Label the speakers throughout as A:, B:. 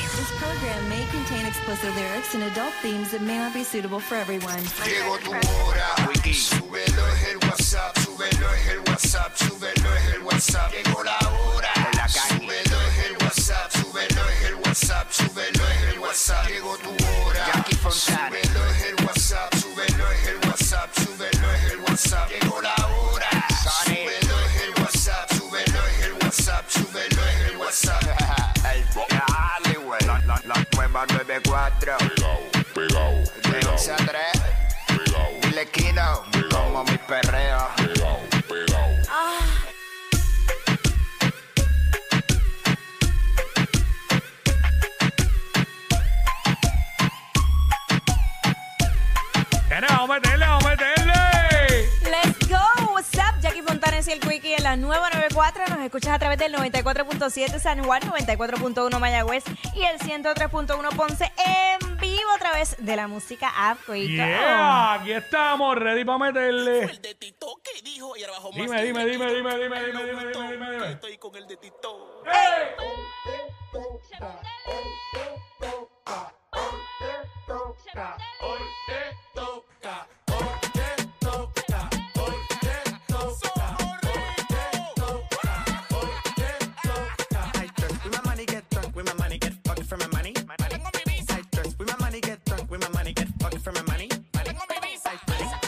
A: This program may contain explicit lyrics and adult themes that may not be suitable for everyone.
B: Llegó tu hora. Súbelo es el WhatsApp, súbelo es el WhatsApp, súbelo es el WhatsApp. Llegó la hora. Súbelo es el WhatsApp, súbelo es el WhatsApp, súbelo es el WhatsApp. Llegó tu hora. Súbelo es el WhatsApp, súbelo es el WhatsApp, súbelo es el WhatsApp. Llegó la hora. Súbelo es el WhatsApp, súbelo es el WhatsApp, súbelo es el WhatsApp.
C: El Dale, güey. La, la, la nueva 94. De 11 a 3. Dile Kino. Como mi perreo.
D: Nena, vamos a meterle, vamos a meterle.
E: Let's go, what's up? Jackie Fontanes y el Quickie en la nueva 94. Nos escuchas a través del 94.7 San Juan, 94.1 Mayagüez y el 103.1 Ponce en vivo a través de la música app, Quickie.
D: Yeah, aquí estamos, ready para meterle.
F: el de TikTok que dijo y ahora bajó
D: Dime,
F: más que
D: dime,
F: el de
D: dime,
F: TikTok.
D: dime, dime,
F: Ay,
D: dime,
F: no,
D: dime,
F: no,
D: dime,
F: no,
D: dime.
F: Estoy con el de TikTok.
G: I dress with my money, get drunk with my money, get fucked for my money. I dress with my money, get drunk with my money, get fucked for my money. I dress money,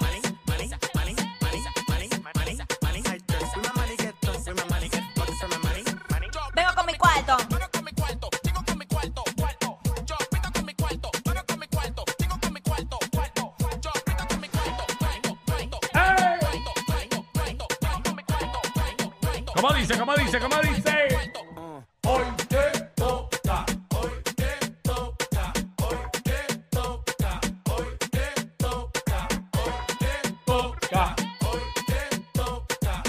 G: money, money, money, money, money, money. I dress with my money, get drunk with my money, get fucked for my money. Money.
E: Vengo con mi cuarto.
F: Mano con mi cuarto, tengo con mi cuarto, cuarto. Yo pito con mi cuarto, mano con mi cuarto, tengo con mi cuarto, cuarto. Yo pito con mi cuarto, cuarto, cuarto. Cuarto, cuarto, cuarto, cuarto, con mi cuarto, cuarto, cuarto.
D: ¿Cómo dice, cómo dice, cómo dice? Hoy te toca, hoy te toca, hoy te toca, hoy te toca, hoy te toca, hoy te toca,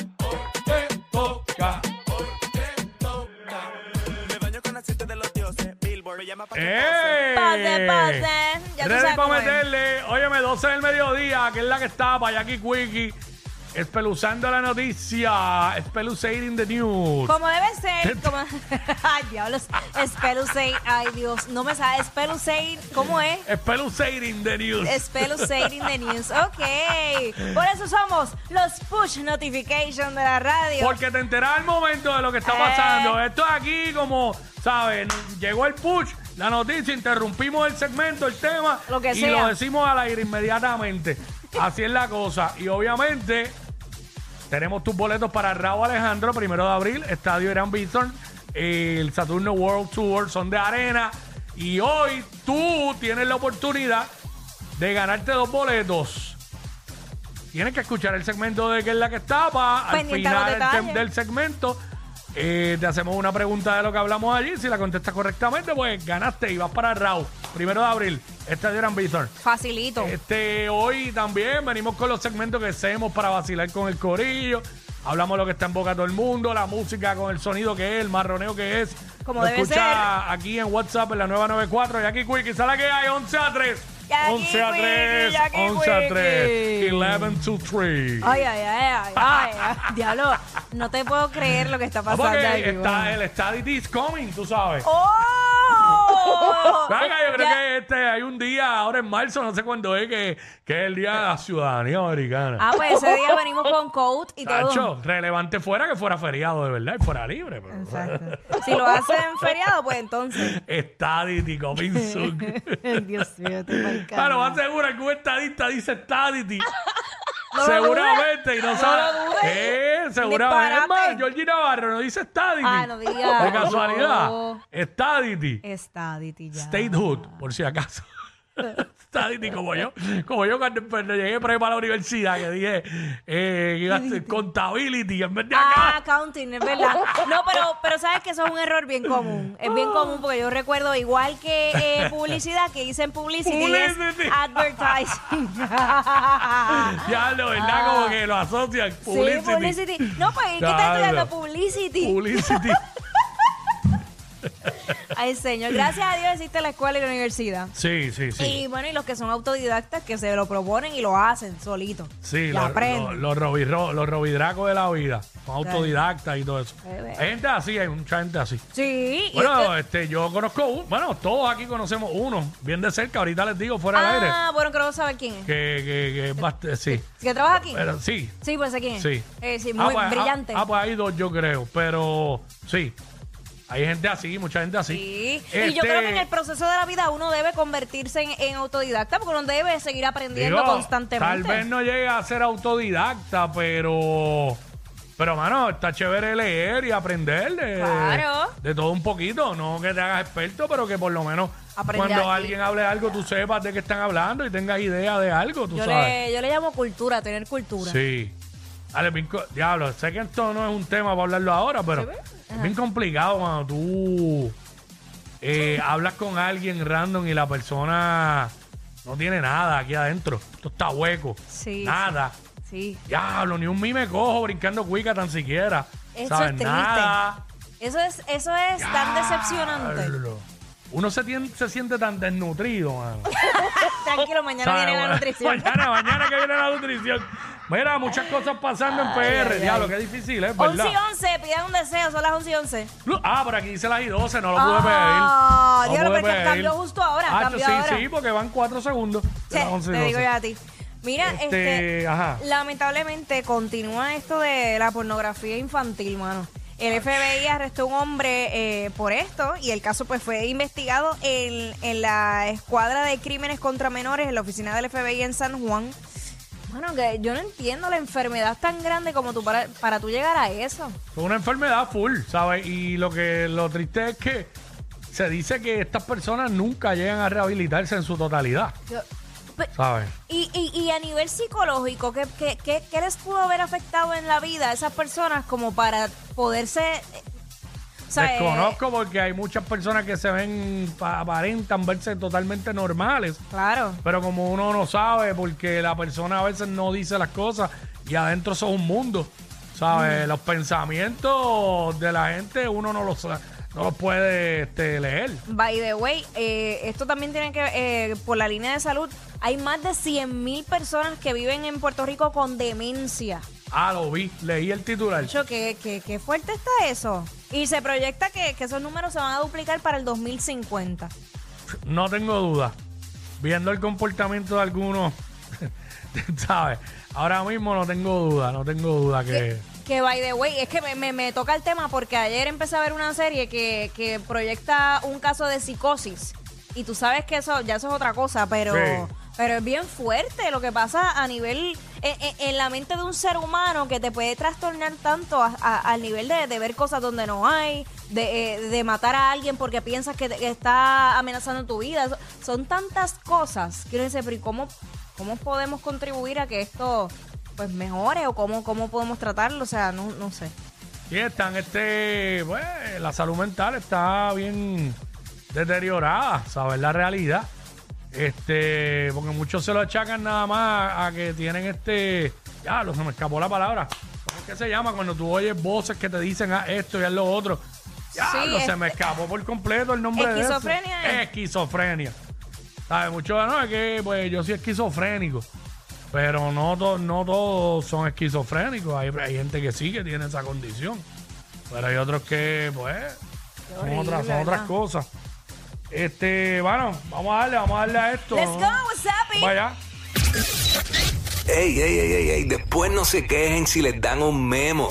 D: hoy te toca.
G: Me baño con aceite de los dioses. Billboard me llama pa' que
D: ¡Eh!
G: pase.
D: ¡Ey!
E: Pase, pase. Ya tú
D: Ready
E: sabes
D: pa'
E: cómo es.
D: meterle. Óyeme, 12 del mediodía, que es la que está para Jackie Quickie. Espeluzando la noticia. Espeluzating the news.
E: Como debe ser, como... Ay, diablos. Spellucate. Ay, Dios. No me sabe. Spellucate. ¿Cómo es?
D: Espeluzading the news.
E: Spellucating the news. Ok. Por eso somos los push notification de la radio.
D: Porque te enteras al momento de lo que está
E: Eh.
D: pasando. Esto es aquí como, ¿sabes? Llegó el push, la noticia, interrumpimos el segmento, el tema.
E: Lo que
D: y
E: sea.
D: lo decimos al aire inmediatamente. Así es la cosa. Y obviamente tenemos tus boletos para Raúl Alejandro, primero de abril, Estadio Irán Bison, el Saturno World Tour, son de arena. Y hoy tú tienes la oportunidad de ganarte dos boletos. Tienes que escuchar el segmento de que es la que estaba. Al
E: Pendiente a los
D: final del,
E: detalles.
D: tem- del segmento, eh, te hacemos una pregunta de lo que hablamos allí. Si la contestas correctamente, pues ganaste y vas para Raúl, primero de abril, Estadio Irán Bison.
E: Facilito.
D: Este, hoy también venimos con los segmentos que hacemos para vacilar con el corillo. Hablamos lo que está en boca de todo el mundo, la música con el sonido que es, el marroneo que es.
E: Como
D: Lo
E: debe
D: escucha
E: ser.
D: aquí en WhatsApp en la nueva 94. Y aquí Quickie, ¿sabes la que hay? 11 a 3.
E: Jackie
D: 11 a 3.
E: Quickie, Jackie
D: 11 a 3.
E: Quickie. Ah,
D: 11 to 3.
E: Ay, ay, ay, ay, ay, ay. Diablo, no te puedo creer lo que está
D: Ah,
E: pasando
D: porque
E: aquí.
D: está,
E: bueno.
D: el Stadity is coming, tú sabes.
E: ¡Oh!
D: Venga, yo creo
E: ya-
D: que este, hay un día, ahora en marzo, no sé cuándo es, que, que es el Día de la Ciudadanía Americana.
E: Ah, pues ese día venimos con coat y todo.
D: Tacho, relevante fuera que fuera feriado de verdad y fuera libre. Pero,
E: Exacto. Si lo hacen feriado, pues entonces.
D: Estadity, Cominsuc.
H: Dios mío, te
D: Claro, más seguro algún estadista dice estadity. seguramente, y no sabe.
E: lo dudes.
D: Eh, seguramente. Es más,
E: Disparate.
D: Georgie Navarro no dice estadity.
E: Ah, no digas.
D: De casualidad.
H: No.
D: Estadity.
H: Está, Diti, ya.
D: Statehood, por si acaso. Estadity como yo. Como yo cuando, cuando llegué por ahí para la universidad, que dije eh, que iba a ser contability en vez de acá.
E: Ah, counting, es verdad. No, pero, pero sabes que eso es un error bien común. Es
D: Oh.
E: bien común porque yo recuerdo, igual que eh, publicidad, que dicen publicity, es
D: Publicity.
E: advertising.
D: Ya lo verdad, como que lo asocian. Publicity.
E: Ah, Sí, publicity. No, pues es que está estudiando
D: Claro.
E: publicity.
D: Publicity.
E: Ay, señor, gracias a Dios existe la escuela y la universidad.
D: Sí, sí, sí.
E: Y bueno, y los que son autodidactas que se lo proponen y lo hacen solito.
D: Sí,
E: Y
D: los lo,
E: aprenden.
D: lo robirro- los robidracos de la vida, son autodidactas y todo eso.
E: Ay, ve.
D: Hay gente así, hay mucha gente así.
E: Sí. y
D: Bueno, este, yo conozco uno, bueno, todos aquí conocemos uno, bien de cerca, ahorita les digo fuera del aire,
E: Ah, bueno, creo que saber quién es.
D: que, que, que es bast- eh, sí,
E: ¿Que trabaja aquí?
D: pero sí,
E: sí, pues sé quién es.
D: sí.
E: Eh, sí,
D: Ah,
E: muy
D: pues, ah,
E: brillante.
D: Ah, pues hay dos yo creo, pero sí, hay gente así, mucha gente así.
E: Sí. Y
D: Este,
E: yo creo que en el proceso de la vida uno debe convertirse en, en autodidacta porque uno debe seguir aprendiendo
D: Digo, Tal
E: constantemente.
D: vez no llegue a ser autodidacta, pero. Pero, mano, está chévere leer y aprender de,
E: Claro.
D: de todo un poquito. No que te hagas experto, pero que por lo menos
E: Aprende
D: cuando
E: aquí.
D: alguien hable de algo, tú sepas de qué están hablando y tengas idea de algo, tú
E: yo,
D: sabes.
E: le, yo le llamo cultura, tener cultura.
D: Sí. Dale, bien co- diablo, sé que esto no es un tema para hablarlo ahora, pero es bien complicado cuando tú eh, hablas con alguien random y la persona no tiene nada aquí adentro. Esto está hueco.
E: Sí,
D: Nada.
E: Sí.
D: Diablo, ni un mime cojo brincando cuica tan siquiera.
E: Eso
D: ¿Sabes?
E: es triste.
D: Nada.
E: Eso es, eso es tan decepcionante.
D: Diablo. Uno se, tien- se siente tan desnutrido, mano.
E: Tranquilo, mañana
D: ¿Sabes?
E: viene la
D: Bueno,
E: nutrición.
D: Mañana, mañana que viene la nutrición. Mira, muchas cosas pasando en PR. Diablo, qué difícil, ¿eh?
E: 11
D: ¿Verdad?
E: y 11, pidan un deseo, son las 11 y 11.
D: Ah, por aquí dice las y 12, no lo pude pedir.
E: Ah,
D: No
E: diablo,
D: pude
E: porque
D: pedir.
E: cambió justo ahora,
D: Ah,
E: cambió
D: sí,
E: ahora.
D: sí, porque van 4 segundos.
E: Sí,
D: Las 11 y
E: te digo
D: 12.
E: ya a ti. Mira, este,
D: Este, ajá.
E: lamentablemente continúa esto de la pornografía infantil, mano. El FBI arrestó a un hombre eh, por esto y el caso pues fue investigado en, en la escuadra de crímenes contra menores en la oficina del FBI en San Juan. Bueno, que yo no entiendo la enfermedad tan grande como tú para, para tú llegar a eso.
D: Fue una enfermedad full, ¿sabes? Y lo que lo triste es que se dice que estas personas nunca llegan a rehabilitarse en su totalidad,
E: Yo- pe-
D: ¿sabes?
E: Y, y, y a nivel psicológico, ¿qué, qué, qué, qué les pudo haber afectado en la vida a esas personas como para poderse... eh, o sea, eh,
D: Desconozco porque hay muchas personas que se ven, pa- aparentan verse totalmente normales,
E: eh, Claro.
D: pero como uno no sabe, porque la persona a veces no dice las cosas y adentro son un mundo, ¿sabes? Los pensamientos de la gente uno no los, no los puede este, leer.
E: By the way, eh, esto también tiene que eh, por la línea de salud. Hay más de 100.000 personas que viven en Puerto Rico con demencia.
D: Ah, lo vi, leí el titular.
E: Mucho, ¿qué, qué, qué fuerte está eso. Y se proyecta que, que esos números se van a duplicar para el 2050.
D: No tengo duda. Viendo el comportamiento de algunos, ¿sabes? Ahora mismo no tengo duda, no tengo duda que...
E: Que by the way, es que me, me- me toca el tema porque ayer empecé a ver una serie que, que proyecta un caso de psicosis. Y tú sabes que eso ya eso es otra cosa, pero,
D: Sí.
E: pero es bien fuerte lo que pasa a nivel, en, en- en la mente de un ser humano que te puede trastornar tanto a- a- al nivel de, de ver cosas donde no hay, de, eh, de matar a alguien porque piensas que, te- que está amenazando tu vida. Eso- Son tantas cosas que uno dice, pero ¿y cómo, cómo podemos contribuir a que esto pues mejore o cómo, cómo podemos tratarlo? O sea, no, no sé.
D: Sí, están este, pues, la salud mental está bien deteriorada, ¿sabes? La realidad. Este, porque muchos se lo achacan nada más a, a que tienen este, ya, lo- se me escapó la palabra. ¿Cómo es que se llama cuando tú oyes voces que te dicen ah, esto y haz lo otro? Ya,
E: Sí,
D: lo- se
E: este-
D: me escapó por completo el nombre de eso.
E: Esquizofrenia, ¿eh?
D: Esquizofrenia. ¿Sabes? Muchos, no, es que pues yo soy esquizofrénico. Pero no, to- no todos son esquizofrénicos. Hay, hay gente que sí que tiene esa condición. Pero hay otros que, pues, son
E: horrible,
D: otras, son
E: ¿verdad?
D: otras cosas. Este, bueno, vamos a darle, vamos a darle a esto.
E: Let's go, what's up, y-
D: Vaya.
I: Ey, ey, ey, ey, ey, después no se quejen si les dan un memo.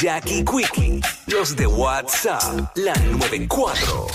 I: Jackie Quickie, los de WhatsApp, la 94.